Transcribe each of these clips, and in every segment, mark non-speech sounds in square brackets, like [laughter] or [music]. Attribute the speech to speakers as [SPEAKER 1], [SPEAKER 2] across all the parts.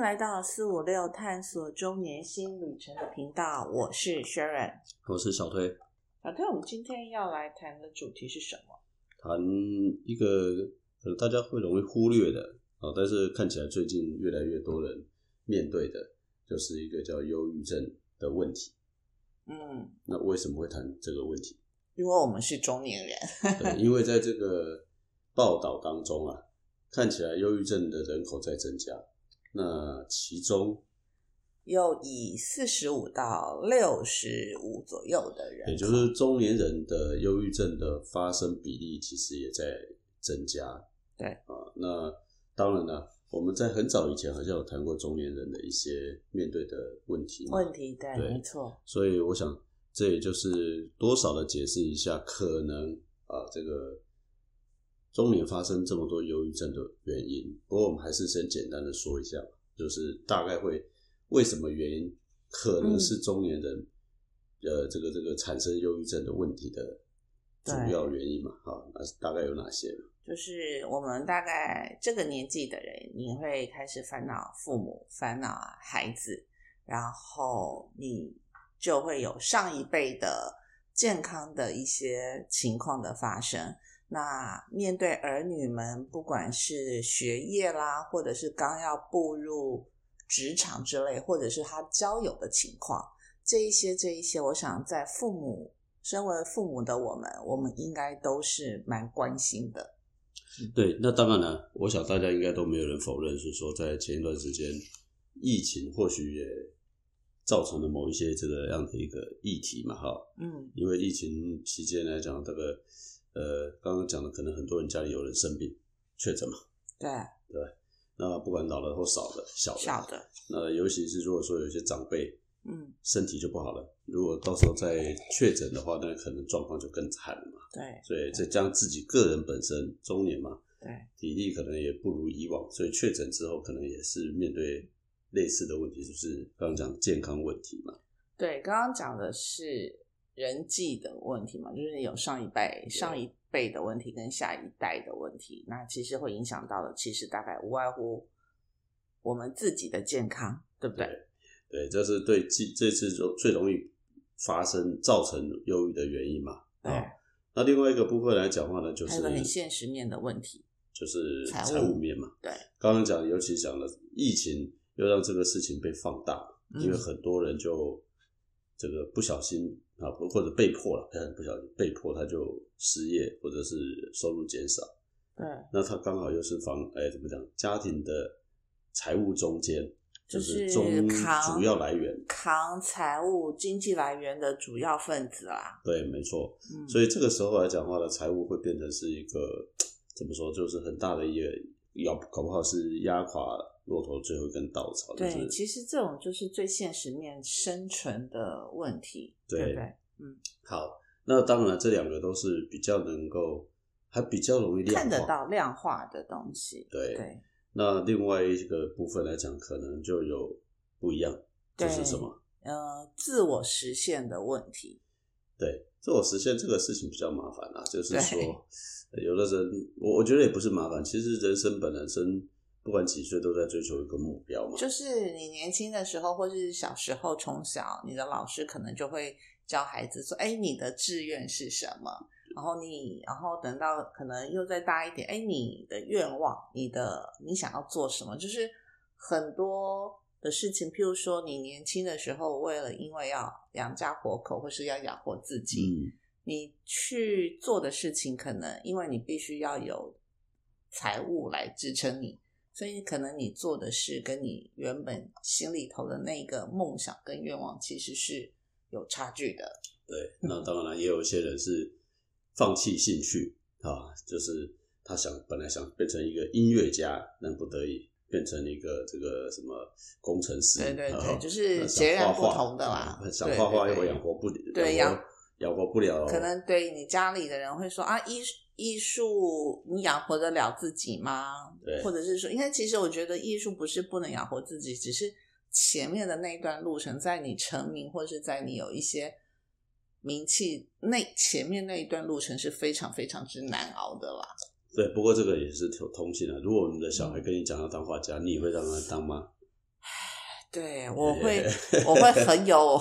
[SPEAKER 1] 来到四五六探索周年新旅程的频道，我是 Sharon。
[SPEAKER 2] 我是小推，
[SPEAKER 1] 小推，我们今天要来谈的主题是什么？
[SPEAKER 2] 谈一个可能大家会容易忽略的啊、哦但是看起来最近越来越多人面对的，就是一个叫忧郁症的问题。
[SPEAKER 1] 嗯，
[SPEAKER 2] 那为什么会谈这个问题？
[SPEAKER 1] 因为我们是中年人，
[SPEAKER 2] 对，因为在这个报道当中啊，看起来忧郁症的人口在增加，那其中
[SPEAKER 1] 又以四十五到六十五左右的人，
[SPEAKER 2] 也就是中年人的忧郁症的发生比例其实也在增加。
[SPEAKER 1] 对
[SPEAKER 2] 啊，那当然了，我们在很早以前好像有谈过中年人的一些面对的问题嘛，
[SPEAKER 1] 问题，对，
[SPEAKER 2] 对
[SPEAKER 1] 没错，
[SPEAKER 2] 所以我想这也就是多少的解释一下，可能啊这个中年发生这么多忧郁症的原因。不过我们还是先简单的说一下吧，就是大概会为什么原因可能是中年人、呃这个这个产生忧郁症的问题的主要原因嘛？啊，那大概有哪些？
[SPEAKER 1] 就是我们大概这个年纪的人，你会开始烦恼父母，烦恼孩子，然后你就会有上一辈的健康的一些情况的发生。那面对儿女们，不管是学业啦，或者是刚要步入职场之类，或者是他交友的情况，这一些这一些，我想在父母身为父母的我们，我们应该都是蛮关心的。
[SPEAKER 2] 对，那当然了，我想大家应该都没有人否认是说，在前一段时间，疫情或许也造成了某一些这个样的一个议题嘛，哈，
[SPEAKER 1] 嗯，
[SPEAKER 2] 因为疫情期间来讲，这个呃，刚刚讲的可能很多人家里有人生病确诊嘛，
[SPEAKER 1] 对，
[SPEAKER 2] 那不管老了或少了，小的，
[SPEAKER 1] 小的，
[SPEAKER 2] 那尤其是如果说有一些长辈
[SPEAKER 1] 嗯，
[SPEAKER 2] 身体就不好了，如果到时候再确诊的话，那可能状况就更惨了嘛，
[SPEAKER 1] 对
[SPEAKER 2] 所以再加上自己个人本身中年嘛，
[SPEAKER 1] 对，
[SPEAKER 2] 体力可能也不如以往，所以确诊之后可能也是面对类似的问题，就是刚刚讲健康问题嘛。
[SPEAKER 1] 对，刚刚讲的是人际的问题嘛，就是有上一辈、上一辈的问题跟下一代的问题，那其实会影响到的，其实大概无外乎我们自己的健康，对不对？
[SPEAKER 2] 对，这是对这这次就最容易发生造成忧郁的原因嘛。
[SPEAKER 1] 对，
[SPEAKER 2] 啊那另外一个部分来讲话呢，就
[SPEAKER 1] 还
[SPEAKER 2] 是
[SPEAKER 1] 有个很现实面的问题，
[SPEAKER 2] 就是
[SPEAKER 1] 财务
[SPEAKER 2] 财务面嘛。
[SPEAKER 1] 对，
[SPEAKER 2] 刚刚讲，尤其讲了疫情，又让这个事情被放大，因为
[SPEAKER 1] 嗯
[SPEAKER 2] 很多人就这个不小心啊，不或者被迫了，不小心被迫他就失业，或者是收入减少。
[SPEAKER 1] 对，
[SPEAKER 2] 那他刚好又是房，哎，怎么讲？家庭的财务中间，
[SPEAKER 1] 就
[SPEAKER 2] 就是
[SPEAKER 1] 是
[SPEAKER 2] 中
[SPEAKER 1] 扛
[SPEAKER 2] 主要来源。
[SPEAKER 1] 扛财务经济来源的主要分子啦，
[SPEAKER 2] 对，没错。
[SPEAKER 1] 嗯，
[SPEAKER 2] 所
[SPEAKER 1] 以
[SPEAKER 2] 以这个时候来讲话呢，财务会变成是一个怎么说，就是很大的一个要搞不好是压垮骆驼最后一根稻草，就
[SPEAKER 1] 对，
[SPEAKER 2] 是
[SPEAKER 1] 其实这种就是最现实面生存的问题，
[SPEAKER 2] 对
[SPEAKER 1] 对不对？
[SPEAKER 2] 好。那当然了，这两个都是比较能够，还比较容易量化
[SPEAKER 1] 看得。到量化的东西。
[SPEAKER 2] 对
[SPEAKER 1] 对
[SPEAKER 2] 那另外一个部分来讲，可能就有不一样，就
[SPEAKER 1] 对，
[SPEAKER 2] 是什么？
[SPEAKER 1] 呃，自我实现的问题。
[SPEAKER 2] 对，自我实现这个事情比较麻烦啦、就是说
[SPEAKER 1] 对，
[SPEAKER 2] 呃有的人我我觉得也不是麻烦，其实人生本来身不管几岁都在追求一个目标嘛。
[SPEAKER 1] 就是你年轻的时候，或是小时候，从小你的老师可能就会教孩子说：“哎，你的志愿是什么？”然后你，然后等到可能又再大一点，哎，你的愿望，你的你想要做什么？就是很多的事情，譬如说你年轻的时候，为了因为要养家活口，或是要养活自己，
[SPEAKER 2] 嗯，
[SPEAKER 1] 你去做的事情，可能因为你必须要有财务来支撑你，所以可能你做的事跟你原本心里头的那个梦想跟愿望其实是有差距的。
[SPEAKER 2] 对。
[SPEAKER 1] 嗯
[SPEAKER 2] 那当然了，也有一些人是放弃兴趣啊，就是他想本来想变成一个音乐家，但不得已变成一个这个什么工程师，
[SPEAKER 1] 对对
[SPEAKER 2] 啊
[SPEAKER 1] 对，就
[SPEAKER 2] 那
[SPEAKER 1] 是
[SPEAKER 2] 想
[SPEAKER 1] 截然
[SPEAKER 2] 画
[SPEAKER 1] 不
[SPEAKER 2] 画
[SPEAKER 1] 同的啦
[SPEAKER 2] 啊。想
[SPEAKER 1] 对
[SPEAKER 2] 画画
[SPEAKER 1] 对
[SPEAKER 2] 又会
[SPEAKER 1] 对
[SPEAKER 2] 养活不
[SPEAKER 1] 对
[SPEAKER 2] 养
[SPEAKER 1] 养
[SPEAKER 2] 活养活不了，
[SPEAKER 1] 可能对你家里的人会说啊，艺艺术你养活得了自己吗
[SPEAKER 2] 对？
[SPEAKER 1] 或者是说，因为其实我觉得艺术不是不能养活自己，只是前面的那一段路程，在你成名或是在你有一些名气那前面那一段路程是非常非常之难熬的啦。
[SPEAKER 2] 对，不过这个也是通通信的。如果你的小孩跟你讲要当画家，你也会让他当吗？
[SPEAKER 1] 对，我会， [laughs] 我会很有，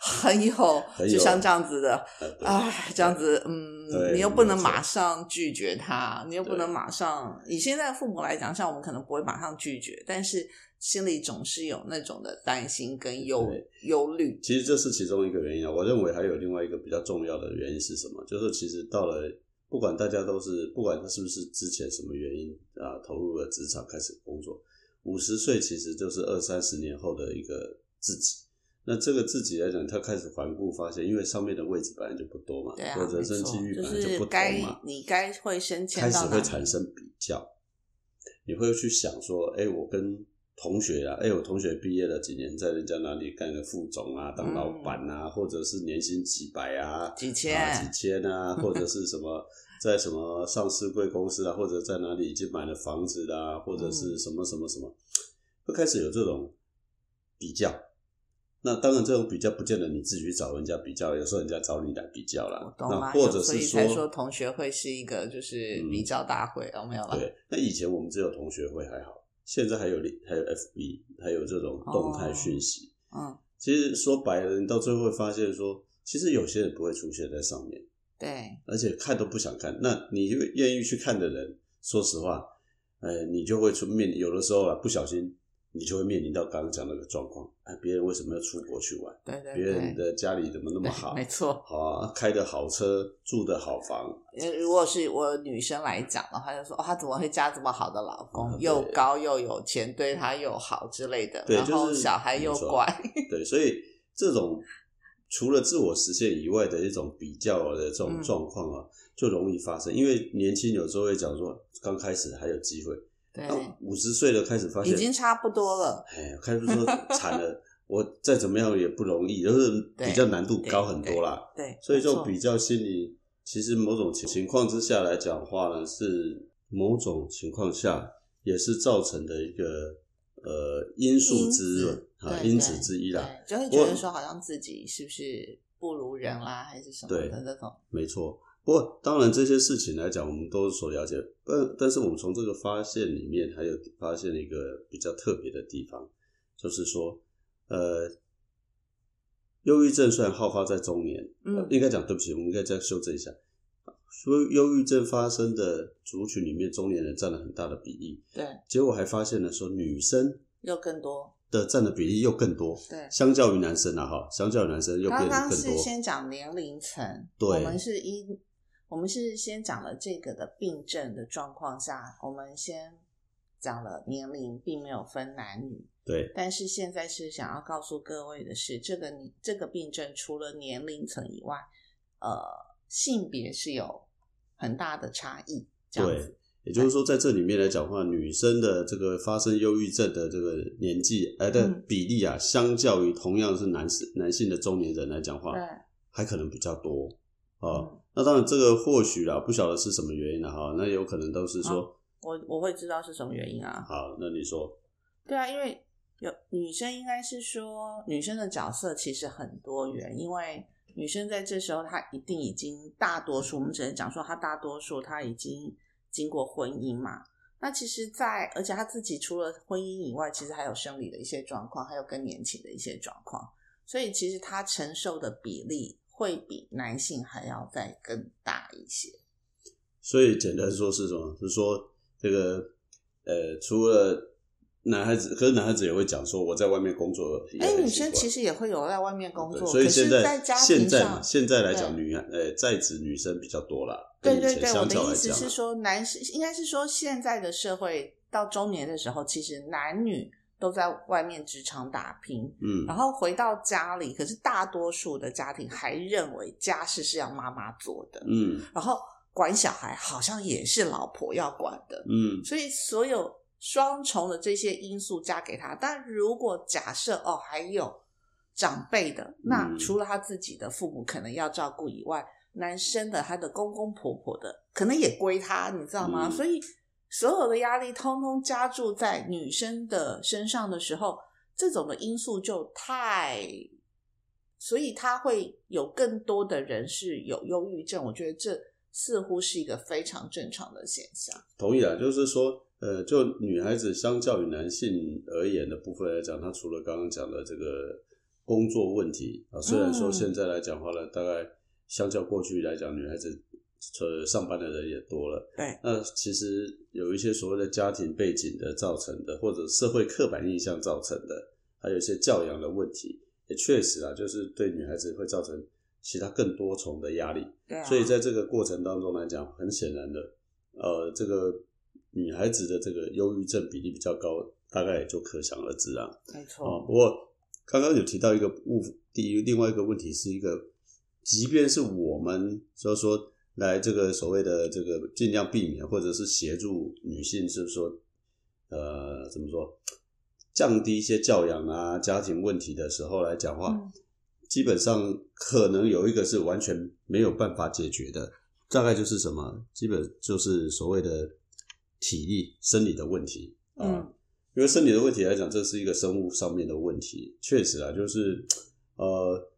[SPEAKER 1] 很有，
[SPEAKER 2] 很有
[SPEAKER 1] 就像这样子的，
[SPEAKER 2] 呃对
[SPEAKER 1] 哎，这样子，嗯，
[SPEAKER 2] 对
[SPEAKER 1] 你又不能
[SPEAKER 2] 没错
[SPEAKER 1] 马上拒绝他，你又不
[SPEAKER 2] 对
[SPEAKER 1] 能马上。以现在父母来讲，像我们可能不会马上拒绝，但是心里总是有那种的担心跟忧
[SPEAKER 2] 对
[SPEAKER 1] 忧虑。
[SPEAKER 2] 其实这是其中一个原因啊。我认为还有另外一个比较重要的原因是什么？就是其实到了不管大家都是，不管他是不是之前什么原因啊，投入了职场开始工作，五十岁其实就是二三十年后的一个自己。那这个自己来讲，他开始环顾发现，因为上面的位置本来就不多嘛，
[SPEAKER 1] 对啊，
[SPEAKER 2] 或者
[SPEAKER 1] 没
[SPEAKER 2] 生
[SPEAKER 1] 错
[SPEAKER 2] 机遇
[SPEAKER 1] 就
[SPEAKER 2] 本来
[SPEAKER 1] 是
[SPEAKER 2] 不
[SPEAKER 1] 该
[SPEAKER 2] 多嘛，
[SPEAKER 1] 你该会升迁
[SPEAKER 2] 开
[SPEAKER 1] 到
[SPEAKER 2] 始
[SPEAKER 1] 哪
[SPEAKER 2] 会
[SPEAKER 1] 里
[SPEAKER 2] 产生比较，你会去想说，哎、我跟同学啊，哎、我同学毕业了几年，在人家哪里干个副总啊，当老
[SPEAKER 1] 嗯
[SPEAKER 2] 板啊，或者是年薪几百啊，
[SPEAKER 1] 几
[SPEAKER 2] 啊几
[SPEAKER 1] 千，
[SPEAKER 2] 千啊，或者是什么。在什么上市贵公司啊，或者在哪里已经买了房子啦、或者
[SPEAKER 1] 嗯
[SPEAKER 2] 是什么什么什么，会开始有这种比较。那当然，这种比较不见得你自己去找人家比较，有时候人家找你来比较
[SPEAKER 1] 我
[SPEAKER 2] 啦。
[SPEAKER 1] 懂啊
[SPEAKER 2] 那
[SPEAKER 1] 啦。
[SPEAKER 2] 或者
[SPEAKER 1] 所
[SPEAKER 2] 是
[SPEAKER 1] 以才说同学会是一个就是
[SPEAKER 2] 嗯
[SPEAKER 1] 比较大会，哦有没有啦？
[SPEAKER 2] 对，那以前我们只有同学会还好，现在还有另还有 FB，还有这种动态讯息。
[SPEAKER 1] 哦嗯，
[SPEAKER 2] 其实说白了，你到最后会发现说，其实有些人不会出现在上面，
[SPEAKER 1] 对，
[SPEAKER 2] 而且看都不想看。那你愿意去看的人，说实话，呃，你就会出面有的时候啊，不小心你就会面临到刚刚讲那个状况，哎，别人为什么要出国去玩？
[SPEAKER 1] 对对
[SPEAKER 2] 别人
[SPEAKER 1] 对，
[SPEAKER 2] 的家里怎么那么
[SPEAKER 1] 对 [laughs]
[SPEAKER 2] 好？
[SPEAKER 1] 没错。
[SPEAKER 2] 好啊，开的好车，住的好房，
[SPEAKER 1] 呃，如果是我女生来讲的话，就说哦，她怎么会嫁这么好的老公，
[SPEAKER 2] 嗯对
[SPEAKER 1] 又高又有钱，对她又好之类的，
[SPEAKER 2] 对
[SPEAKER 1] 然后
[SPEAKER 2] 就是
[SPEAKER 1] 小孩又乖， [laughs]
[SPEAKER 2] 对，所以这种除了自我实现以外的一种比较的这种
[SPEAKER 1] 嗯
[SPEAKER 2] 状况啊，就容易发生。因为年轻有时候会讲说，刚开始还有机会，
[SPEAKER 1] 对，
[SPEAKER 2] 到五十岁了开始发现
[SPEAKER 1] 已，经差不多了，
[SPEAKER 2] 哎，开始说惨了，我再怎么样也不容易，就是比较难度高很多啦。
[SPEAKER 1] 对，
[SPEAKER 2] 所以这
[SPEAKER 1] 没错
[SPEAKER 2] 种比较心理，其实某种情情况之下来讲话呢，是某种情况下也是造成的一个。呃，因素
[SPEAKER 1] 因
[SPEAKER 2] 之
[SPEAKER 1] 子
[SPEAKER 2] 啊，
[SPEAKER 1] 对
[SPEAKER 2] 因
[SPEAKER 1] 对
[SPEAKER 2] 子之一啦。
[SPEAKER 1] 对，就会觉得
[SPEAKER 2] 我
[SPEAKER 1] 说好像自己是不是不如人啦，还是什么
[SPEAKER 2] 嗯对
[SPEAKER 1] 的那种，
[SPEAKER 2] 没错。不过，当然这些事情来讲，我们都所了解。但但是我们从这个发现里面，还有发现一个比较特别的地方，就是说，呃，忧郁症虽然好发在中年，呃
[SPEAKER 1] 嗯，
[SPEAKER 2] 应该讲对不起，我们应该再修正一下。说忧郁症发生的族群里面，中年人占了很大的比例。
[SPEAKER 1] 对，
[SPEAKER 2] 结果还发现了说，女生
[SPEAKER 1] 又更多，
[SPEAKER 2] 的占的比例又更多，
[SPEAKER 1] 对。
[SPEAKER 2] 相较于男生啊，哈，相较于男生又变
[SPEAKER 1] 刚
[SPEAKER 2] 得
[SPEAKER 1] 刚
[SPEAKER 2] 更
[SPEAKER 1] 是
[SPEAKER 2] 多。
[SPEAKER 1] 先讲年龄层，
[SPEAKER 2] 对
[SPEAKER 1] 我们是一，我们是先讲了这个的病症的状况下，我们先讲了年龄，并没有分男女。
[SPEAKER 2] 对
[SPEAKER 1] 但是现在是想要告诉各位的是，这个你这个病症除了年龄层以外，呃，性别是有很大的差异。这样
[SPEAKER 2] 对
[SPEAKER 1] 子，，
[SPEAKER 2] 也就是说，在这里面来讲的话，女生的这个发生忧郁症的这个年纪，呃的
[SPEAKER 1] 嗯
[SPEAKER 2] 比例啊，相较于同样是男士男性的中年人来讲的话，
[SPEAKER 1] 对，
[SPEAKER 2] 还可能比较多啊。
[SPEAKER 1] 嗯
[SPEAKER 2] 那当然，这个或许啦，不晓得是什么原因了哈。那有可能都是
[SPEAKER 1] 嗯
[SPEAKER 2] 说，
[SPEAKER 1] 我我会知道是什么原因啊。
[SPEAKER 2] 好，那你说，
[SPEAKER 1] 对啊，因为有女生应该是说，女生的角色其实很多元，因为女生在这时候她一定已经大多数，我们只能讲说她大多数她已经经过婚姻嘛。那其实在，而且她自己除了婚姻以外，其实还有生理的一些状况，还有更年期的一些状况，所以其实她承受的比例会比男性还要再更大一些。
[SPEAKER 2] 所以简单说是什么？是说这个呃，除了男孩子，可是男孩子也会讲说，我在外面工作也
[SPEAKER 1] 哎、
[SPEAKER 2] 很
[SPEAKER 1] 女
[SPEAKER 2] 习
[SPEAKER 1] 生
[SPEAKER 2] 惯
[SPEAKER 1] 其实也会有在外面工
[SPEAKER 2] 对
[SPEAKER 1] 作，
[SPEAKER 2] 所以现
[SPEAKER 1] 可是在家
[SPEAKER 2] 现
[SPEAKER 1] 庭
[SPEAKER 2] 在
[SPEAKER 1] 上
[SPEAKER 2] 嘛，，现在来讲，
[SPEAKER 1] 对
[SPEAKER 2] 女呃在职女生比较多啦。跟
[SPEAKER 1] 对对
[SPEAKER 2] 以前
[SPEAKER 1] 对，我
[SPEAKER 2] 相
[SPEAKER 1] 的
[SPEAKER 2] 较
[SPEAKER 1] 意
[SPEAKER 2] 来
[SPEAKER 1] 思
[SPEAKER 2] 讲
[SPEAKER 1] 是
[SPEAKER 2] 啊，
[SPEAKER 1] 说男，生应该是说现在的社会到中年的时候，其实男女都在外面职场打拼，
[SPEAKER 2] 嗯，
[SPEAKER 1] 然后回到家里，可是大多数的家庭还认为家事是要妈妈做的，
[SPEAKER 2] 嗯
[SPEAKER 1] 然后管小孩好像也是老婆要管的，
[SPEAKER 2] 嗯，
[SPEAKER 1] 所以所有双重的这些因素加给他。但如果假设哦，还有长辈的，那
[SPEAKER 2] 嗯
[SPEAKER 1] 除了他自己的父母可能要照顾以外，男生的他的公公婆婆的可能也归他，你知道吗？
[SPEAKER 2] 嗯
[SPEAKER 1] 所以所有的压力通通加注在女生的身上的时候，这种的因素就太。所以他会有更多的人是有忧郁症，我觉得这似乎是一个非常正常的现象。
[SPEAKER 2] 同意啊，就是说，呃，就女孩子相较于男性而言的部分来讲，她除了刚刚讲的这个工作问题啊，虽然说
[SPEAKER 1] 嗯
[SPEAKER 2] 现在来讲话呢，大概相较过去来讲，女孩子呃上班的人也多了，
[SPEAKER 1] 对，
[SPEAKER 2] 那其实有一些所谓的家庭背景的造成的，或者社会刻板印象造成的，还有一些教养的问题，也确实啊，就是对女孩子会造成其他更多重的压力。
[SPEAKER 1] 对啊，
[SPEAKER 2] 所以在这个过程当中来讲，很显然的，呃，这个女孩子的这个忧郁症比例比较高，大概也就可想而知啊。
[SPEAKER 1] 没
[SPEAKER 2] 哦，
[SPEAKER 1] 错，
[SPEAKER 2] 不过刚刚有提到一个误，第一另外一个问题是一个，即便是我们就是说来这个所谓的这个尽量避免或者是协助女性，就是说呃怎么说，降低一些教养啊家庭问题的时候来讲话，
[SPEAKER 1] 嗯
[SPEAKER 2] 基本上可能有一个是完全没有办法解决的，大概就是什么，基本就是所谓的体力生理的问题啊。
[SPEAKER 1] 嗯
[SPEAKER 2] 因为生理的问题来讲，这是一个生物上面的问题，确实啊，就是呃，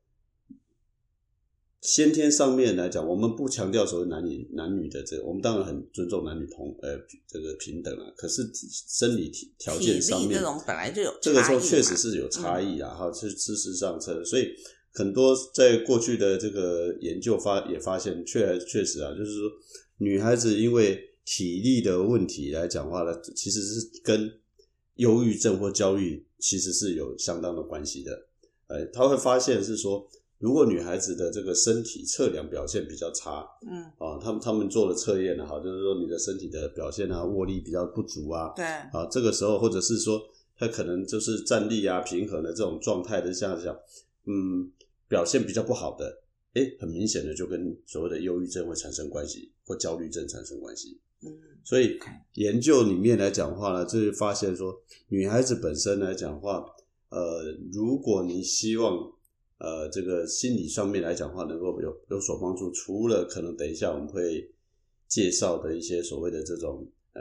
[SPEAKER 2] 先天上面来讲，我们不强调所谓男女男女的这个，我们当然很尊重男女同呃这个平等啊，可是体生理体条件上
[SPEAKER 1] 体力
[SPEAKER 2] 面
[SPEAKER 1] 这种本来就有
[SPEAKER 2] 这个时候
[SPEAKER 1] 差异
[SPEAKER 2] 确实
[SPEAKER 1] 嘛嗯
[SPEAKER 2] 是有差异啊，哈、是事实上是，所以很多在过去的这个研究发也发现，确确实啊，就是说女孩子因为体力的问题来讲话呢，其实是跟忧郁症或焦虑其实是有相当的关系的。呃，他会发现是说，如果女孩子的这个身体测量表现比较差，
[SPEAKER 1] 嗯，
[SPEAKER 2] 啊，他们他们做了测验啊，哈，就是说你的身体的表现啊，握力比较不足啊，
[SPEAKER 1] 对，
[SPEAKER 2] 啊，这个时候或者是说他可能就是站立啊、平衡的这种状态的下下，嗯，表现比较不好的，诶，很明显的就跟所谓的忧郁症会产生关系，或焦虑症产生关系。
[SPEAKER 1] 嗯，
[SPEAKER 2] 所以研究里面来讲话呢，就是发现说，女孩子本身来讲话，呃，如果你希望呃这个心理上面来讲话能够有有所帮助，除了可能等一下我们会介绍的一些所谓的这种呃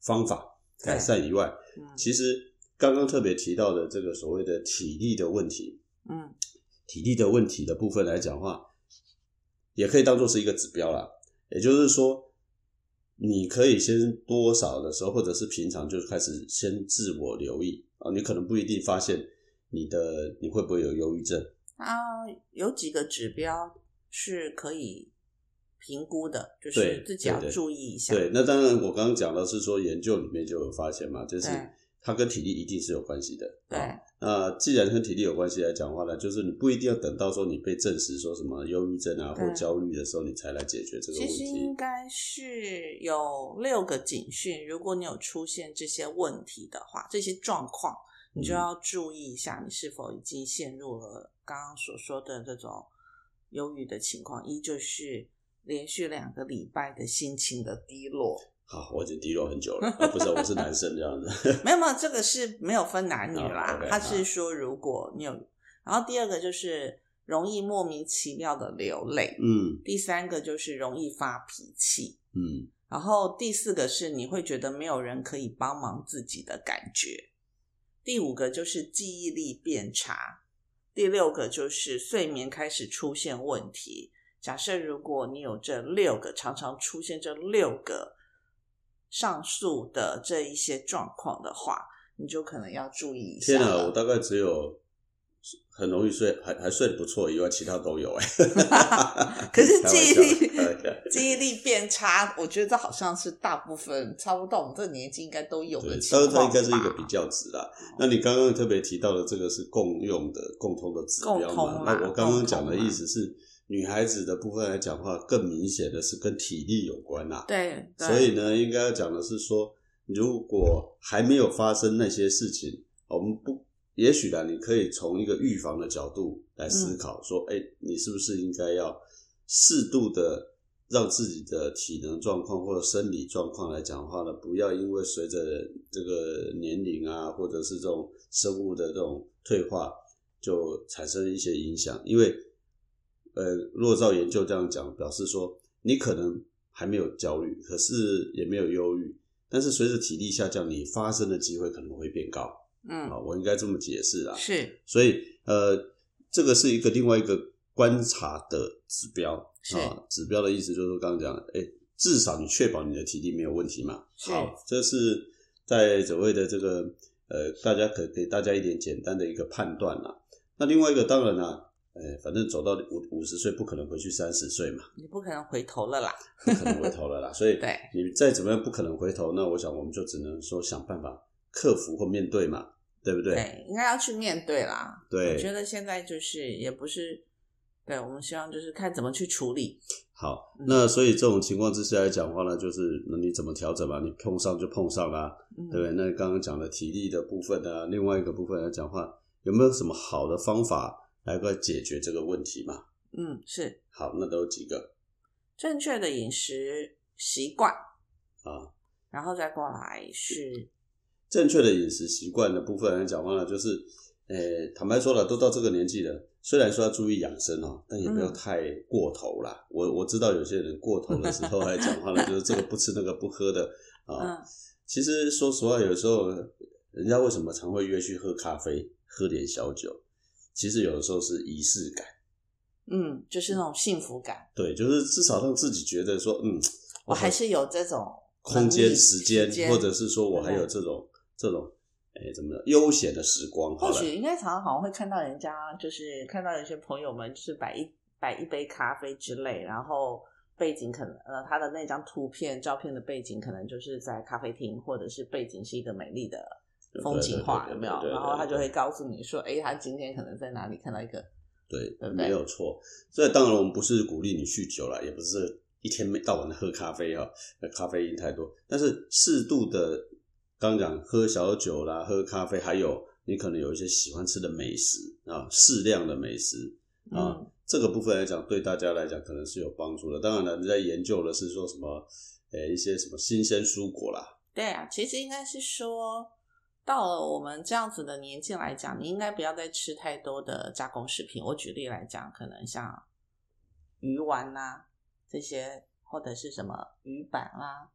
[SPEAKER 2] 方法
[SPEAKER 1] 对
[SPEAKER 2] 改善以外，
[SPEAKER 1] 嗯
[SPEAKER 2] 其实刚刚特别提到的这个所谓的体力的问题，
[SPEAKER 1] 嗯，
[SPEAKER 2] 体力的问题的部分来讲的话，也可以当做是一个指标啦。也就是说，你可以先多少的时候，或者是平常就开始先自我留意啊，你可能不一定发现你的你会不会有忧郁症，
[SPEAKER 1] 它有几个指标是可以评估的，就
[SPEAKER 2] 对
[SPEAKER 1] 是自己
[SPEAKER 2] 对
[SPEAKER 1] 要
[SPEAKER 2] 对
[SPEAKER 1] 注意一下。
[SPEAKER 2] 对，那当然，我刚刚讲的是说研究里面就有发现嘛，就是
[SPEAKER 1] 对
[SPEAKER 2] 它跟体力一定是有关系的。啊
[SPEAKER 1] 对，
[SPEAKER 2] 那既然跟体力有关系来讲的话呢，就是你不一定要等到说你被证实说什么忧郁症啊或
[SPEAKER 1] 对
[SPEAKER 2] 焦虑的时候，你才来解决这个问
[SPEAKER 1] 其
[SPEAKER 2] 题。
[SPEAKER 1] 实应该是有六个警讯，如果你有出现这些问题的话，这些状况，你就
[SPEAKER 2] 嗯
[SPEAKER 1] 要注意一下，你是否已经陷入了刚刚所说的这种忧郁的情况。一就是连续两个礼拜的心情的低落，
[SPEAKER 2] [laughs] 好，我已经低落很久了，啊、不是，我是男生这
[SPEAKER 1] [laughs]
[SPEAKER 2] 样子。
[SPEAKER 1] 没有没有，这个是没有分男女
[SPEAKER 2] 啊
[SPEAKER 1] 啦
[SPEAKER 2] ，OK，，
[SPEAKER 1] 他是说如果你有，然后第二个就是容易莫名其妙的流泪，
[SPEAKER 2] 嗯
[SPEAKER 1] 第三个就是容易发脾气。
[SPEAKER 2] 嗯，
[SPEAKER 1] 然后第四个是你会觉得没有人可以帮忙自己的感觉，第五个就是记忆力变差，第六个就是睡眠开始出现问题。假设如果你有这六个，常常出现这六个上述的这一些状况的话，你就可能要注意一下
[SPEAKER 2] 天啊，我
[SPEAKER 1] 了。
[SPEAKER 2] 大概只有很容易睡，还还睡得不错以外，其他都有哎、
[SPEAKER 1] 可是记忆力
[SPEAKER 2] [laughs] 开玩笑开玩笑
[SPEAKER 1] [laughs] 记忆力变差，我觉得这好像是大部分差不多到我们这个年纪应该都有的
[SPEAKER 2] 对，
[SPEAKER 1] 情
[SPEAKER 2] 当
[SPEAKER 1] 况吧。
[SPEAKER 2] 然它应该是一个比较值啦。那你刚刚特别提到的这个是共用的、共通的指标
[SPEAKER 1] 共通
[SPEAKER 2] 嘛？
[SPEAKER 1] 啦
[SPEAKER 2] 那我刚刚讲的
[SPEAKER 1] 共通啊
[SPEAKER 2] 意
[SPEAKER 1] 啦
[SPEAKER 2] 思是，女孩子的部分来讲的话，更明显的是跟体力有关啦。
[SPEAKER 1] 对，对
[SPEAKER 2] 所以呢，应该要讲的是说，如果还没有发生那些事情，我们不，也许呢，你可以从一个预防的角度来思考，说，哎、你是不是应该要适度的让自己的体能状况或者生理状况来讲的话呢，不要因为随着这个年龄啊，或者是这种生物的这种退化，就产生一些影响，因为呃，若照研究这样讲，表示说你可能还没有焦虑，可是也没有忧郁，但是随着体力下降，你发生的机会可能会变高啊、
[SPEAKER 1] 嗯，
[SPEAKER 2] 我应该这么解释啦。
[SPEAKER 1] 是。
[SPEAKER 2] 所以呃，这个是一个另外一个观察的指标
[SPEAKER 1] 是
[SPEAKER 2] 啊啊，指标的意思就是刚刚讲的，哎，至少你确保你的体力没有问题嘛。
[SPEAKER 1] 是
[SPEAKER 2] 好，这是在所谓的这个呃，大家可给大家一点简单的一个判断啦。那另外一个当然啦、呃，反正走到五五十岁不可能回去三十岁嘛，
[SPEAKER 1] 你不可能回头了啦。
[SPEAKER 2] 不可能回头了啦。所以
[SPEAKER 1] [laughs] 对
[SPEAKER 2] 你再怎么样不可能回头，那我想我们就只能说想办法克服或面对嘛，对不对？
[SPEAKER 1] 对，哎应该要去面对啦。
[SPEAKER 2] 对
[SPEAKER 1] 我觉得现在就是也不是，对我们希望就是看怎么去处理。
[SPEAKER 2] 好
[SPEAKER 1] 嗯，
[SPEAKER 2] 那所以这种情况之下来讲的话呢，就是那你怎么调整嘛？你碰上就碰上啦、
[SPEAKER 1] 嗯，
[SPEAKER 2] 对不对？那刚刚讲的体力的部分呢、另外一个部分来讲的话，有没有什么好的方法来个解决这个问题嘛？
[SPEAKER 1] 嗯，是
[SPEAKER 2] 好，那都有几个
[SPEAKER 1] 正确的饮食习惯，
[SPEAKER 2] 啊？
[SPEAKER 1] 然后再过来是
[SPEAKER 2] 正确的饮食习惯的部分来讲的话呢，就是，呃，坦白说了，都到这个年纪了，虽然说要注意养生哦，但也不要
[SPEAKER 1] 嗯
[SPEAKER 2] 太过头啦。我我知道有些人过头的时候来讲
[SPEAKER 1] [laughs]
[SPEAKER 2] 的话呢，就是这个不吃那个不喝的啊，
[SPEAKER 1] 嗯
[SPEAKER 2] 其实说实话，有时候人家为什么常会约去喝咖啡、喝点小酒？其实有的时候是仪式感，
[SPEAKER 1] 嗯，就是那种幸福感，
[SPEAKER 2] 对，就是至少让自己觉得说，嗯，
[SPEAKER 1] 我还是有这种
[SPEAKER 2] 空
[SPEAKER 1] 能
[SPEAKER 2] 间、
[SPEAKER 1] 力
[SPEAKER 2] 时间
[SPEAKER 1] 时，间
[SPEAKER 2] 或者是说我还有
[SPEAKER 1] 嗯
[SPEAKER 2] 这种这种，哎，怎么的悠闲的时光？好
[SPEAKER 1] 或
[SPEAKER 2] 了，
[SPEAKER 1] 许应该常常好像会看到人家，就是看到有些朋友们就是摆一摆一杯咖啡之类，然后背景可能呃他的那张图片照片的背景可能就是在咖啡厅，或者是背景是一个美丽的风景画，
[SPEAKER 2] 对对对对
[SPEAKER 1] 有没
[SPEAKER 2] 对
[SPEAKER 1] 有？
[SPEAKER 2] 对对
[SPEAKER 1] 然后他就会告诉你说，哎，他今天可能在哪里看到一个，
[SPEAKER 2] 对
[SPEAKER 1] 对，不对
[SPEAKER 2] 没有错。所以当然我们不是鼓励你酗酒啦，也不是一天到晚喝咖啡啊，那咖啡因太多。但是适度的，刚刚讲喝小酒啦，喝咖啡，还有你可能有一些喜欢吃的美食啊，适量的美食啊，
[SPEAKER 1] 嗯
[SPEAKER 2] 这个部分来讲，对大家来讲可能是有帮助的。当然了，人家研究的是说什么，呃、一些什么新鲜蔬果啦，
[SPEAKER 1] 对啊，其实应该是说。到了我们这样子的年纪来讲，你应该不要再吃太多的加工食品。我举例来讲，可能像鱼丸呐、这些，或者是什么鱼板啦、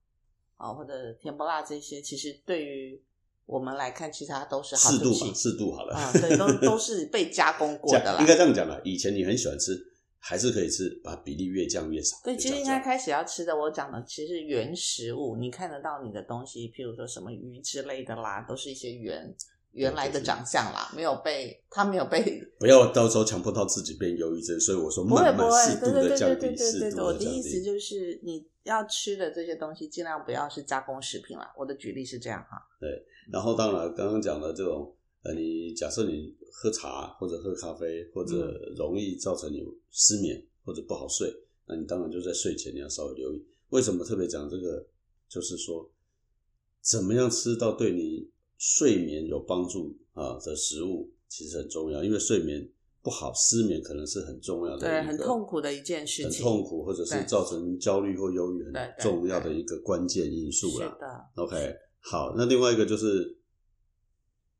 [SPEAKER 1] 啊，或者甜不辣这些，其实对于我们来看，其实它都是好
[SPEAKER 2] 适
[SPEAKER 1] 东
[SPEAKER 2] 度嘛，
[SPEAKER 1] 西。
[SPEAKER 2] 适度好了。
[SPEAKER 1] 啊、对，
[SPEAKER 2] [laughs]
[SPEAKER 1] 都都是被加工过的
[SPEAKER 2] 这样
[SPEAKER 1] 啦
[SPEAKER 2] 应。该这样讲啦。以前你很喜欢吃，还是可以吃，把比例越降越少。
[SPEAKER 1] 对，
[SPEAKER 2] 就
[SPEAKER 1] 其
[SPEAKER 2] 这
[SPEAKER 1] 实
[SPEAKER 2] 样
[SPEAKER 1] 应
[SPEAKER 2] 讲
[SPEAKER 1] 该开始要吃的，我讲的其实原食物，你看得到你的东西，譬如说什么鱼之类的啦，都是一些原原来的长相啦，没有被它没有
[SPEAKER 2] [laughs]
[SPEAKER 1] 被
[SPEAKER 2] 不要到时候强迫到自己变忧郁症，所以我说
[SPEAKER 1] 不会
[SPEAKER 2] 慢
[SPEAKER 1] 不
[SPEAKER 2] 慢
[SPEAKER 1] 会
[SPEAKER 2] 适，
[SPEAKER 1] 对
[SPEAKER 2] 度
[SPEAKER 1] 对
[SPEAKER 2] 的
[SPEAKER 1] 对
[SPEAKER 2] 降
[SPEAKER 1] 对
[SPEAKER 2] 低，
[SPEAKER 1] 对
[SPEAKER 2] 适
[SPEAKER 1] 对对，
[SPEAKER 2] 度
[SPEAKER 1] 我
[SPEAKER 2] 的
[SPEAKER 1] 的意
[SPEAKER 2] 降
[SPEAKER 1] 思
[SPEAKER 2] 低。
[SPEAKER 1] 就是你要吃的这些东西，尽量不要是加工食品啦。我的举例是这样哈，
[SPEAKER 2] 然后当然，刚刚讲的这种，呃，你假设你喝茶或者喝咖啡，或者容易造成你失眠或者不好睡，那你当然就在睡前你要稍微留意。为什么特别讲这个？就是说，怎么样吃到对你睡眠有帮助啊的食物，其实很重要，因为睡眠不好，失眠可能是很重要的
[SPEAKER 1] 对，
[SPEAKER 2] 一
[SPEAKER 1] 很
[SPEAKER 2] 个
[SPEAKER 1] 痛苦的一件事
[SPEAKER 2] 很
[SPEAKER 1] 情，
[SPEAKER 2] 痛苦，或者是
[SPEAKER 1] 对
[SPEAKER 2] 造成焦虑或忧郁很
[SPEAKER 1] 对对
[SPEAKER 2] 重要的一个关键因素
[SPEAKER 1] 是
[SPEAKER 2] 啦。
[SPEAKER 1] 的。
[SPEAKER 2] OK，好，那另外一个就是，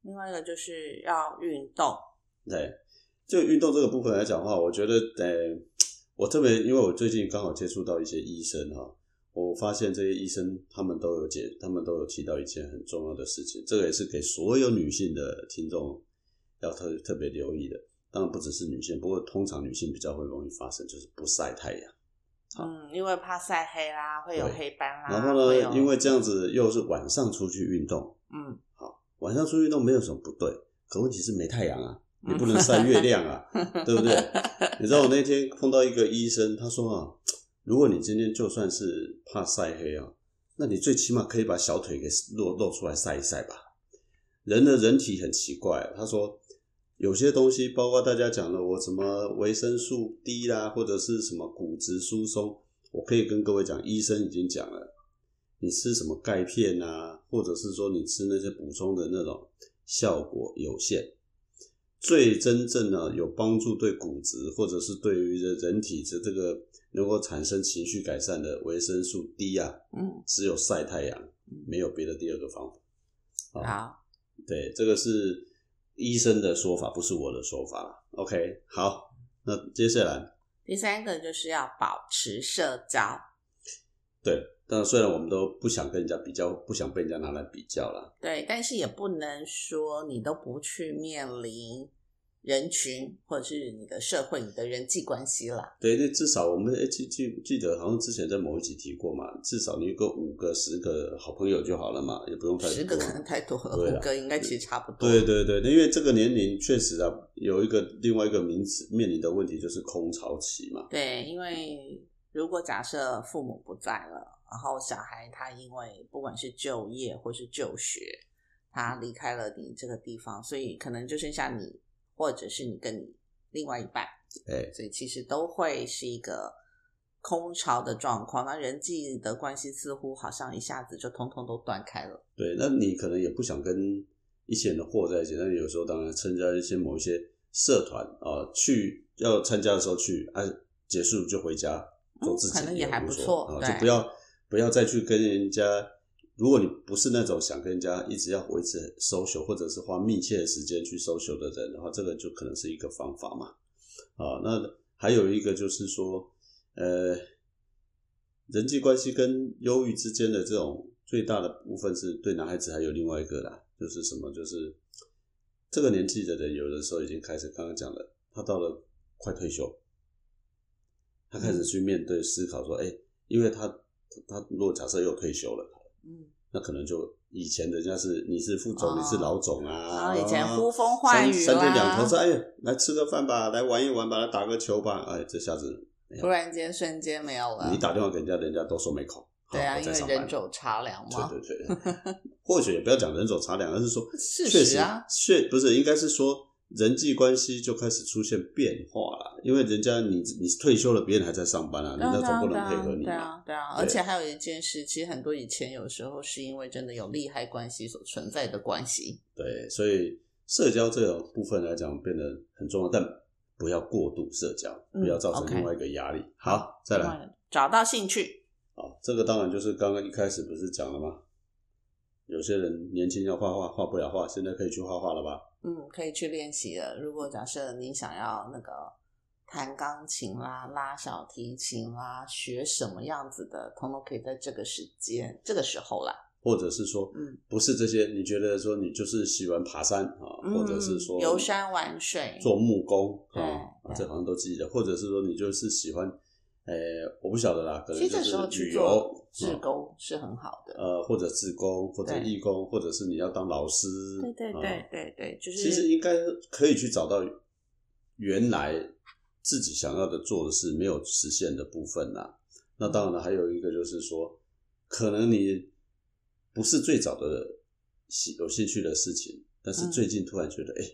[SPEAKER 1] 另外一个就是要运动，
[SPEAKER 2] 对，就运动这个部分来讲的话，我觉得，呃，我特别因为我最近刚好接触到一些医生哈、我发现这些医生他们都有解，他们都有提到一件很重要的事情，这个也是给所有女性的听众要特特别留意的。当然不只是女性，不过通常女性比较会容易发生，就是不晒太阳。好
[SPEAKER 1] 嗯，因为怕晒黑啦，会有
[SPEAKER 2] 对
[SPEAKER 1] 黑斑啦，
[SPEAKER 2] 然后
[SPEAKER 1] 啊会哦有
[SPEAKER 2] 呢，因为这样子又是晚上出去运动，
[SPEAKER 1] 嗯，
[SPEAKER 2] 晚上出去运动没有什么不对，可问题是没太阳啊，
[SPEAKER 1] 嗯
[SPEAKER 2] 你不能晒月亮啊，对不对？你知道我那天碰到一个医生，他说啊，如果你今天就算是怕晒黑啊，那你最起码可以把小腿给露露出来晒一晒吧。人的人体很奇怪、啊他说有些东西，包括大家讲的我什么维生素 D 啦，或者是什么骨质疏松，我可以跟各位讲，医生已经讲了，你吃什么钙片啊，或者是说你吃那些补充的那种效果有限。最真正呢有帮助对骨质或者是对于人人体的这个能够产生情绪改善的维生素 D 啊，
[SPEAKER 1] 嗯，
[SPEAKER 2] 只有晒太阳
[SPEAKER 1] 嗯，
[SPEAKER 2] 没有别的第二个方法。
[SPEAKER 1] 好，
[SPEAKER 2] 对，这个是医生的说法，不是我的说法啦。OK，好，那接下来，
[SPEAKER 1] 第三个就是要保持社交，
[SPEAKER 2] 对，但虽然我们都不想跟人家比较，不想被人家拿来比较啦，
[SPEAKER 1] 对，但是也不能说你都不去面临人群或者是你的社会、你的人际关系啦。
[SPEAKER 2] 对，那至少我们诶记记记得，好像之前在某一集提过嘛，至少你有个五个、十个好朋友就好了嘛，也不用太多。
[SPEAKER 1] 十个可能太多了，
[SPEAKER 2] 对啦
[SPEAKER 1] 五个应该其实差不多。
[SPEAKER 2] 对对对，因为这个年龄确实啊，有一个另外一个名词面临的问题就是空巢期嘛。
[SPEAKER 1] 对，因为如果假设父母不在了，然后小孩他因为不管是就业或是就学，他离开了你这个地方，所以可能就剩下你，或者是你跟你另外一半，
[SPEAKER 2] 哎，
[SPEAKER 1] 所以其实都会是一个空巢的状况。那人际的关系似乎好像一下子就通通都断开了。
[SPEAKER 2] 对，那你可能也不想跟一些人的和在一起，但有时候当然参加一些某一些社团啊、去要参加的时候去，啊，结束就回家做自己，
[SPEAKER 1] 嗯可能也还
[SPEAKER 2] 无
[SPEAKER 1] 不
[SPEAKER 2] 所
[SPEAKER 1] 错
[SPEAKER 2] 啊，
[SPEAKER 1] 对
[SPEAKER 2] 就不要不要再去跟人家。如果你不是那种想跟人家一直要维持 social，或者是花密切的时间去 social 的人的话，这个就可能是一个方法嘛。啊，那还有一个就是说，呃，人际关系跟忧郁之间的这种最大的部分是对男孩子还有另外一个啦，就是什么，就是这个年纪的人有的时候已经开始，刚刚讲了，他到了快退休，他开始去面对思考说，哎、因为他他他如果假设又退休了，
[SPEAKER 1] 嗯，
[SPEAKER 2] 那可能就以前人家是你是副总，
[SPEAKER 1] 哦
[SPEAKER 2] 你是老总
[SPEAKER 1] 然
[SPEAKER 2] 啊，
[SPEAKER 1] 哦后以前呼风唤
[SPEAKER 2] 三
[SPEAKER 1] 雨啊
[SPEAKER 2] 三天两头说，
[SPEAKER 1] 啦，
[SPEAKER 2] 哎，来吃个饭吧，来玩一玩吧，来打个球吧，哎，这下子没有
[SPEAKER 1] 突然间瞬间没有了
[SPEAKER 2] 你。打电话给人家，人家都说没空。
[SPEAKER 1] [laughs]
[SPEAKER 2] 好
[SPEAKER 1] 对啊，
[SPEAKER 2] 我
[SPEAKER 1] 因
[SPEAKER 2] 在
[SPEAKER 1] 为
[SPEAKER 2] 上班
[SPEAKER 1] 人走茶凉嘛，
[SPEAKER 2] 对
[SPEAKER 1] [laughs]
[SPEAKER 2] 对对，或许也不要讲人走茶凉，而是说
[SPEAKER 1] 事
[SPEAKER 2] 确
[SPEAKER 1] 实
[SPEAKER 2] 实
[SPEAKER 1] 啊，
[SPEAKER 2] 确不是应该是说人际关系就开始出现变化了，因为人家你你退休了，别人还在上班啊，
[SPEAKER 1] 对啊
[SPEAKER 2] 人家总不
[SPEAKER 1] 对啊
[SPEAKER 2] 能配合你
[SPEAKER 1] 对
[SPEAKER 2] 嘛。
[SPEAKER 1] 啊，对啊，
[SPEAKER 2] 对
[SPEAKER 1] 而且还有一件事，其实很多以前有时候是因为真的有利害关系所存在的关系，
[SPEAKER 2] 对，所以社交这种部分来讲变得很重要，但不要过度社交，
[SPEAKER 1] 嗯
[SPEAKER 2] 不要造成
[SPEAKER 1] OK
[SPEAKER 2] 另外一个压力。好，再来，
[SPEAKER 1] 找到兴趣，
[SPEAKER 2] 好，这个当然就是刚刚一开始不是讲了吗？有些人年轻要画画，画不了画，现在可以去画画了吧？
[SPEAKER 1] 嗯，可以去练习了。如果假设你想要那个弹钢琴啦、拉小提琴啦，学什么样子的，通通可以在这个时间、这个时候啦。
[SPEAKER 2] 或者是说，
[SPEAKER 1] 嗯
[SPEAKER 2] 不是这些，你觉得说你就是喜欢爬山啊，
[SPEAKER 1] 嗯
[SPEAKER 2] 或者是说
[SPEAKER 1] 游山玩水
[SPEAKER 2] 做木工啊
[SPEAKER 1] 对
[SPEAKER 2] 啊
[SPEAKER 1] 对
[SPEAKER 2] 这好像都记得，或者是说你就是喜欢，呃，我不晓得嗯啦，可能
[SPEAKER 1] 其实
[SPEAKER 2] 就
[SPEAKER 1] 这时候
[SPEAKER 2] 是
[SPEAKER 1] 去
[SPEAKER 2] 旅游
[SPEAKER 1] 做志
[SPEAKER 2] 啊
[SPEAKER 1] 工是很好的。
[SPEAKER 2] 呃，或者志工，或者
[SPEAKER 1] 对
[SPEAKER 2] 义工，或者是你要当老师，
[SPEAKER 1] 对对
[SPEAKER 2] 啊
[SPEAKER 1] 对对对，就是
[SPEAKER 2] 其实应该可以去找到原来自己想要的做的事没有实现的部分啦、那当然了，还有一个就是说，可能你不是最早的喜有兴趣的事情，但是
[SPEAKER 1] 嗯
[SPEAKER 2] 最近突然觉得，哎、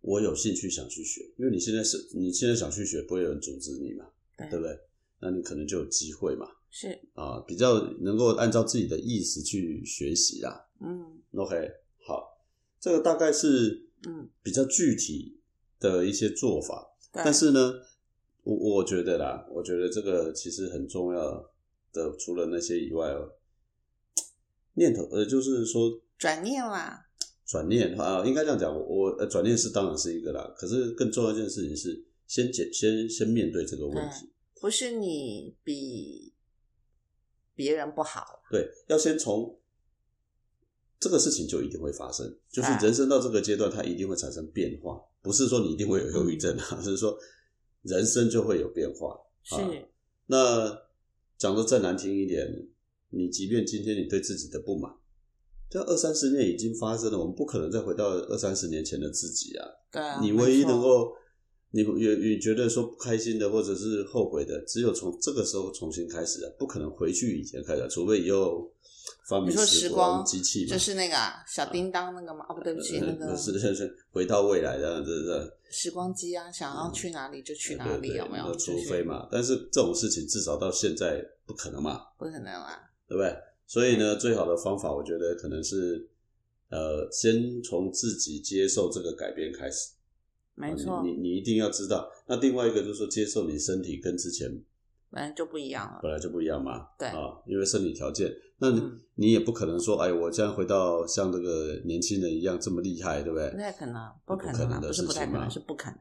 [SPEAKER 2] 我有兴趣想去学，因为你现在是你现在想去学，不会有人阻止你嘛，
[SPEAKER 1] 对
[SPEAKER 2] 对不对？那你可能就有机会嘛，
[SPEAKER 1] 是
[SPEAKER 2] 啊，比较能够按照自己的意识去学习啦、
[SPEAKER 1] 嗯
[SPEAKER 2] OK，好，这个大概是
[SPEAKER 1] 嗯
[SPEAKER 2] 比较具体的一些做法，
[SPEAKER 1] 对
[SPEAKER 2] 但是呢，我我觉得啦，我觉得这个其实很重要的，除了那些以外哦，念头呃，就是说
[SPEAKER 1] 转念啦，
[SPEAKER 2] 转念啊，应该这样讲，我我呃转念是当然是一个啦，可是更重要一件事情是先解先先面对这个问题，
[SPEAKER 1] 不是你比别人不好，
[SPEAKER 2] 对，要先从这个事情就一定会发生，就是
[SPEAKER 1] 对
[SPEAKER 2] 人生到这个阶段，它一定会产生变化，不是说你一定会有忧郁症啊， [laughs] 是说人生就会有变化。
[SPEAKER 1] 是、
[SPEAKER 2] 啊那讲的再难听一点，你即便今天你对自己的不满，这二三十年已经发生了，我们不可能再回到二三十年前的自己啊。
[SPEAKER 1] 对啊。
[SPEAKER 2] 你
[SPEAKER 1] 没
[SPEAKER 2] 唯一
[SPEAKER 1] 错
[SPEAKER 2] 能够，你你你觉得说不开心的或者是后悔的，只有从这个时候重新开始啊，不可能回去以前开始啊，除非以后发明
[SPEAKER 1] 你说时光
[SPEAKER 2] 机器嘛，
[SPEAKER 1] 就是那个啊小叮当那个吗？哦，不对不起，那
[SPEAKER 2] 呃
[SPEAKER 1] 个
[SPEAKER 2] 是是 [laughs] 是回到未来这样子的，
[SPEAKER 1] 时光机啊，想要去哪里就去哪
[SPEAKER 2] 嗯对
[SPEAKER 1] 里，
[SPEAKER 2] 对
[SPEAKER 1] 有没有？
[SPEAKER 2] 那
[SPEAKER 1] 就
[SPEAKER 2] 除
[SPEAKER 1] 是
[SPEAKER 2] 非嘛，但是这种事情至少到现在不可能嘛，
[SPEAKER 1] 不可能啊。
[SPEAKER 2] 对不对？所以呢，最好的方法，我觉得可能是，呃，先从自己接受这个改变开始。
[SPEAKER 1] 没
[SPEAKER 2] 啊
[SPEAKER 1] 错
[SPEAKER 2] 你，你你一定要知道。那另外一个就是说，接受你身体跟之前
[SPEAKER 1] 本来就不一样了。
[SPEAKER 2] 本来就不一样嘛。
[SPEAKER 1] 对
[SPEAKER 2] 啊，因为生理条件，那你、
[SPEAKER 1] 嗯
[SPEAKER 2] 你也不可能说，哎，我这样回到像这个年轻人一样这么厉害，对不对
[SPEAKER 1] 不？太可能，不可
[SPEAKER 2] 不可
[SPEAKER 1] 能
[SPEAKER 2] 能
[SPEAKER 1] 啊！
[SPEAKER 2] 的
[SPEAKER 1] 不是
[SPEAKER 2] 事
[SPEAKER 1] 不太
[SPEAKER 2] 情
[SPEAKER 1] 可
[SPEAKER 2] 嘛
[SPEAKER 1] 能，是不可能，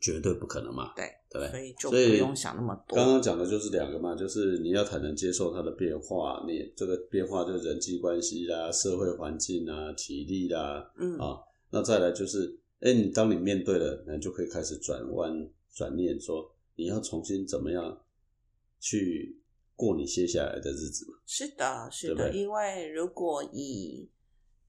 [SPEAKER 2] 绝对不可能嘛，
[SPEAKER 1] 对
[SPEAKER 2] 对不
[SPEAKER 1] 所
[SPEAKER 2] 对？
[SPEAKER 1] 以就不
[SPEAKER 2] 所以
[SPEAKER 1] 用想那么多。
[SPEAKER 2] 刚刚讲的就是两个嘛，就是你要坦然接受它的变化，你这个变化就是人际关系啦、社会环境啊、体力啦，
[SPEAKER 1] 嗯，
[SPEAKER 2] 啊那再来就是，哎、哎，你当你面对了，那你就可以开始转弯转念说，你要重新怎么样去过你接下来的日子嘛？
[SPEAKER 1] 是的，是
[SPEAKER 2] 对
[SPEAKER 1] 的，
[SPEAKER 2] 不对
[SPEAKER 1] 因为如果以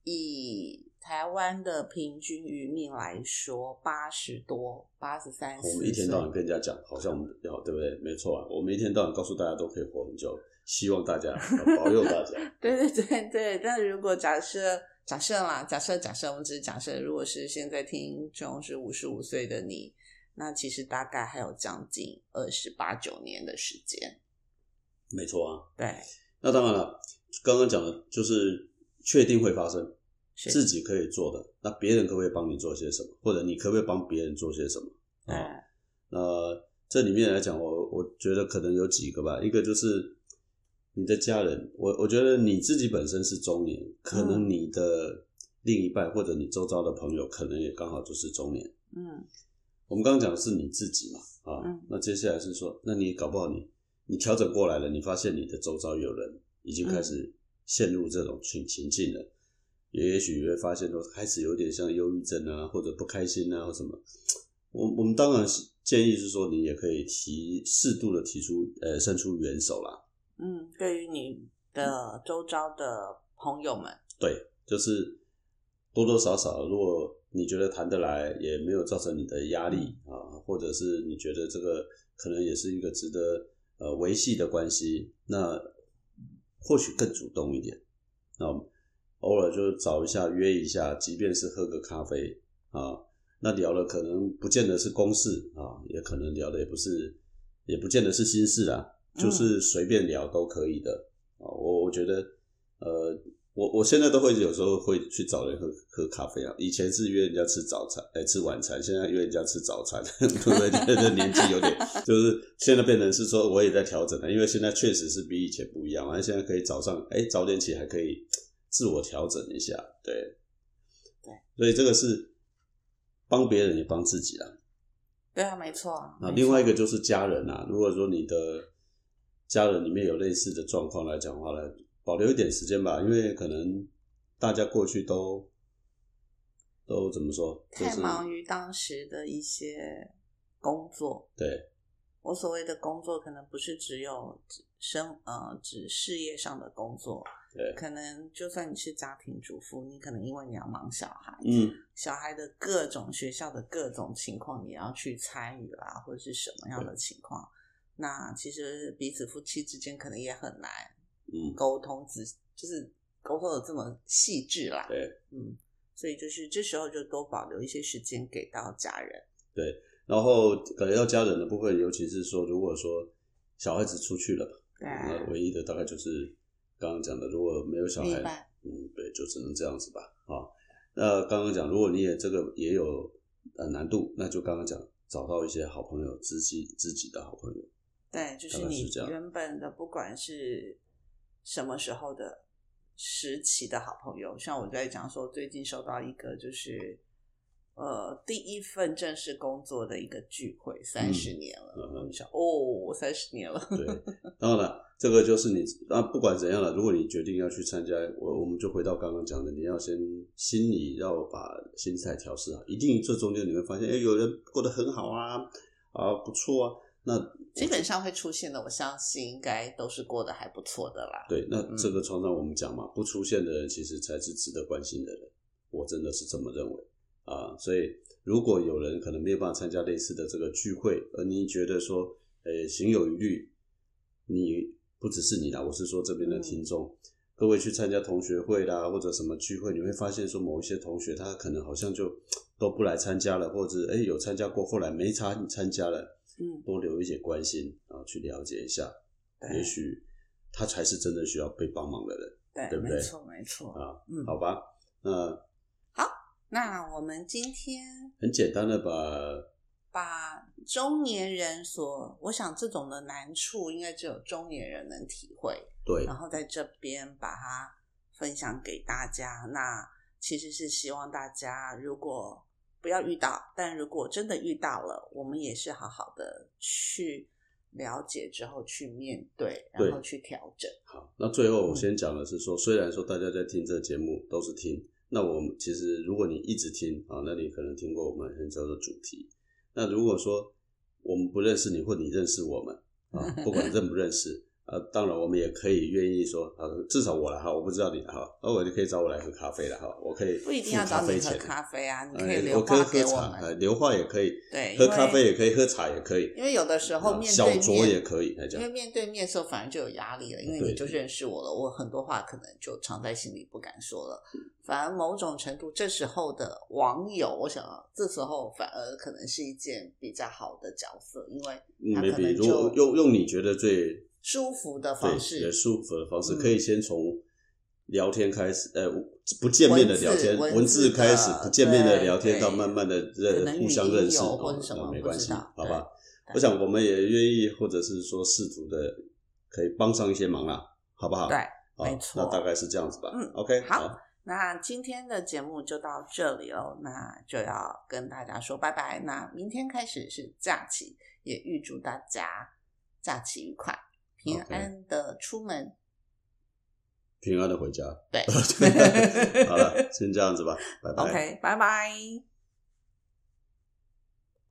[SPEAKER 1] 以台湾的平均余命来说，八十多、八十三、
[SPEAKER 2] 我哦们一天到晚跟人家讲，好像我们要对不对？没错啊，我们一天到晚告诉大家都可以活很久，希望大家保佑大家。
[SPEAKER 1] 对 [laughs] 对对对，但如果假设假设啦，假设假设，我们只是假设，如果是现在听众是五十五岁的你，那其实大概还有将近二十八九年的时间。
[SPEAKER 2] 没错啊，
[SPEAKER 1] 对，
[SPEAKER 2] 那当然了，刚刚讲的就是确定会发生，
[SPEAKER 1] 是
[SPEAKER 2] 自己可以做的，那别人可不可以帮你做些什么，或者你可不可以帮别人做些什么？
[SPEAKER 1] 对
[SPEAKER 2] 啊、那这里面来讲，我我觉得可能有几个吧，一个就是你的家人，我我觉得你自己本身是中年，可能你的另一半或者你周遭的朋友，可能也刚好就是中年。
[SPEAKER 1] 嗯，
[SPEAKER 2] 我们刚刚讲的是你自己嘛，啊，
[SPEAKER 1] 嗯
[SPEAKER 2] 那接下来是说，那你搞不好你你调整过来了，你发现你的周遭有人已经开始陷入这种情情境了，也许你会发现说开始有点像忧郁症啊，或者不开心啊，或什么。我我们当然是建议是说，你也可以提适度的提出呃伸出援手啦，
[SPEAKER 1] 嗯，对于你的周遭的朋友们，
[SPEAKER 2] 对，就是多多少少，如果你觉得谈得来，也没有造成你的压力啊，或者是你觉得这个可能也是一个值得呃维系的关系，那或许更主动一点。那偶尔就找一下约一下，即便是喝个咖啡啊，那聊了可能不见得是公事啊，也可能聊的也不是，也不见得是心事啊，就是随便聊都可以的啊。我我觉得，呃，我我现在都会有时候会去找人喝喝咖啡啊。以前是约人家吃早餐，哎、吃晚餐，现在约人家吃早餐， [laughs] 对不对？这这年纪有点，就是现在变成是说我也在调整了，啊因为现在确实是比以前不一样，而现在可以早上，哎、早点起还可以自我调整一下，对，
[SPEAKER 1] 对，
[SPEAKER 2] 所以这个是帮别人也帮自己啦。
[SPEAKER 1] 对啊，没错啊。
[SPEAKER 2] 那
[SPEAKER 1] 没
[SPEAKER 2] 另外一
[SPEAKER 1] 错
[SPEAKER 2] 个就是家人啊，如果说你的家人里面有类似的状况来讲的话呢，保留一点时间吧，因为可能大家过去都都怎么说，就
[SPEAKER 1] 太
[SPEAKER 2] 是
[SPEAKER 1] 忙于当时的一些工作，
[SPEAKER 2] 对
[SPEAKER 1] 我所谓的工作，可能不是只有只生呃指事业上的工作，
[SPEAKER 2] 对，
[SPEAKER 1] 可能就算你是家庭主妇，你可能因为你要忙小孩，
[SPEAKER 2] 嗯，
[SPEAKER 1] 小孩的各种学校的各种情况，你要去参与啦，或者是什么样的情况，那其实彼此夫妻之间可能也很难
[SPEAKER 2] 嗯
[SPEAKER 1] 沟通，只就是沟通的这么细致啦，
[SPEAKER 2] 对，
[SPEAKER 1] 嗯，所以就是这时候就多保留一些时间给到家人，
[SPEAKER 2] 然后可能要家人的部分，尤其是说如果说小孩子出去了，
[SPEAKER 1] 对啊，
[SPEAKER 2] 那唯一的大概就是刚刚讲的，如果没有小
[SPEAKER 1] 另
[SPEAKER 2] 孩
[SPEAKER 1] 一，半，
[SPEAKER 2] 嗯，对，就只能这样子吧。啊，那刚刚讲，如果你也这个也有呃难度，那就刚刚讲找到一些好朋友，知己知己的好朋友，
[SPEAKER 1] 对，就
[SPEAKER 2] 大
[SPEAKER 1] 是
[SPEAKER 2] 概
[SPEAKER 1] 你
[SPEAKER 2] 是这样
[SPEAKER 1] 原本的不管是什么时候的时期的好朋友，像我在讲说，最近收到一个就是呃第一份正式工作的一个聚会，三十年了，
[SPEAKER 2] 嗯
[SPEAKER 1] 我就想哦，三十年了， [laughs]
[SPEAKER 2] 对，当然了，这个就是你那不管怎样了，如果你决定要去参加，我我们就回到刚刚讲的，你要先心里要把心态调试好，一定这中间你会发现，哎，有人过得很好啊，啊不错啊，那
[SPEAKER 1] 基本上会出现的，我相信应该都是过得还不错的啦。
[SPEAKER 2] 对，那
[SPEAKER 1] 嗯
[SPEAKER 2] 这个常常我们讲嘛，不出现的人其实才是值得关心的人，我真的是这么认为啊。所以如果有人可能没有办法参加类似的这个聚会，而你觉得说，呃，行有余虑，你不只是你啦，我是说这边的
[SPEAKER 1] 嗯
[SPEAKER 2] 听众。各位去参加同学会啦，或者什么聚会，你会发现说某一些同学他可能好像就都不来参加了，或者哎有参加过，后来没参参加了，
[SPEAKER 1] 嗯，
[SPEAKER 2] 多留一些关心啊，去了解一下，也
[SPEAKER 1] 对
[SPEAKER 2] 许他才是真正需要被帮忙的人，
[SPEAKER 1] 对，
[SPEAKER 2] 对不对
[SPEAKER 1] 没错没错
[SPEAKER 2] 啊，
[SPEAKER 1] 嗯，
[SPEAKER 2] 好吧？那
[SPEAKER 1] 那我们今天
[SPEAKER 2] 很简单的把，
[SPEAKER 1] 把中年人所，我想这种的难处，应该只有中年人能体会。
[SPEAKER 2] 对
[SPEAKER 1] 然后在这边把它分享给大家。那其实是希望大家如果不要遇到，但如果真的遇到了，我们也是好好的去了解之后去面对，
[SPEAKER 2] 对
[SPEAKER 1] 然后去调整。嗯
[SPEAKER 2] 好，那最后我先讲的是说，虽然说大家在听这个节目都是听，那我们其实如果你一直听啊，那你可能听过我们很久的主题。那如果说我们不认识你，或你认识我们啊，不管认不认识啊，当然我们也可以愿意说啊，至少我了哈，我不知道你了哈，那、我就可以找我来喝咖啡了哈，我可以
[SPEAKER 1] 不一定要找
[SPEAKER 2] 付
[SPEAKER 1] 你
[SPEAKER 2] 咖
[SPEAKER 1] 喝
[SPEAKER 2] 啡钱
[SPEAKER 1] 咖啡啊，你可以
[SPEAKER 2] 哎，
[SPEAKER 1] 留
[SPEAKER 2] 我可以
[SPEAKER 1] 话
[SPEAKER 2] 喝
[SPEAKER 1] 给我
[SPEAKER 2] 茶，呃，
[SPEAKER 1] 们。
[SPEAKER 2] 留话也可以，
[SPEAKER 1] 对，
[SPEAKER 2] 喝
[SPEAKER 1] 因为
[SPEAKER 2] 咖啡也可以，喝茶也可以，
[SPEAKER 1] 因为有的时候
[SPEAKER 2] 啊
[SPEAKER 1] 面
[SPEAKER 2] 小
[SPEAKER 1] 对
[SPEAKER 2] 酌
[SPEAKER 1] 面
[SPEAKER 2] 也可以，哎这
[SPEAKER 1] 因为
[SPEAKER 2] 样
[SPEAKER 1] 面对面的时候反而就有压力了，因为
[SPEAKER 2] 对
[SPEAKER 1] 你就认识我了，我很多话可能就藏在心里不敢说了。反而某种程度，这时候的网友，我想啊这时候反而可能是一件比较好的角色，因为
[SPEAKER 2] 嗯
[SPEAKER 1] 他可能
[SPEAKER 2] ，maybe 如果
[SPEAKER 1] 就
[SPEAKER 2] 用用你觉得最
[SPEAKER 1] 舒服的方
[SPEAKER 2] 对
[SPEAKER 1] 式，
[SPEAKER 2] 也舒服的方式，
[SPEAKER 1] 嗯
[SPEAKER 2] 可以先从聊天开始，呃，不见面的聊天，
[SPEAKER 1] 文字
[SPEAKER 2] 文字
[SPEAKER 1] 文字的
[SPEAKER 2] 开始，不见面的
[SPEAKER 1] 对
[SPEAKER 2] 聊天
[SPEAKER 1] 对
[SPEAKER 2] 到慢慢的
[SPEAKER 1] 可
[SPEAKER 2] 认
[SPEAKER 1] 能
[SPEAKER 2] 互相
[SPEAKER 1] 语音
[SPEAKER 2] 认识，
[SPEAKER 1] 有
[SPEAKER 2] 哦
[SPEAKER 1] 或者什么
[SPEAKER 2] 那没
[SPEAKER 1] 不
[SPEAKER 2] 关
[SPEAKER 1] 知
[SPEAKER 2] 系，
[SPEAKER 1] 道
[SPEAKER 2] 好
[SPEAKER 1] 对
[SPEAKER 2] 吧？我想我们也愿意，或者是说试图的可以帮上一些忙啦，好不好？
[SPEAKER 1] 对。
[SPEAKER 2] 好
[SPEAKER 1] 没错
[SPEAKER 2] 那大概是这样子吧。
[SPEAKER 1] 嗯
[SPEAKER 2] ，OK，
[SPEAKER 1] 好那今天的节目就到这里喽，那就要跟大家说拜拜。那明天开始是假期，也预祝大家假期愉快，平
[SPEAKER 2] OK
[SPEAKER 1] 安的出门。
[SPEAKER 2] 平安的回家。
[SPEAKER 1] 对
[SPEAKER 2] [laughs]
[SPEAKER 1] [laughs]
[SPEAKER 2] 好了，先这样子吧，拜拜。
[SPEAKER 1] ，OK，拜拜。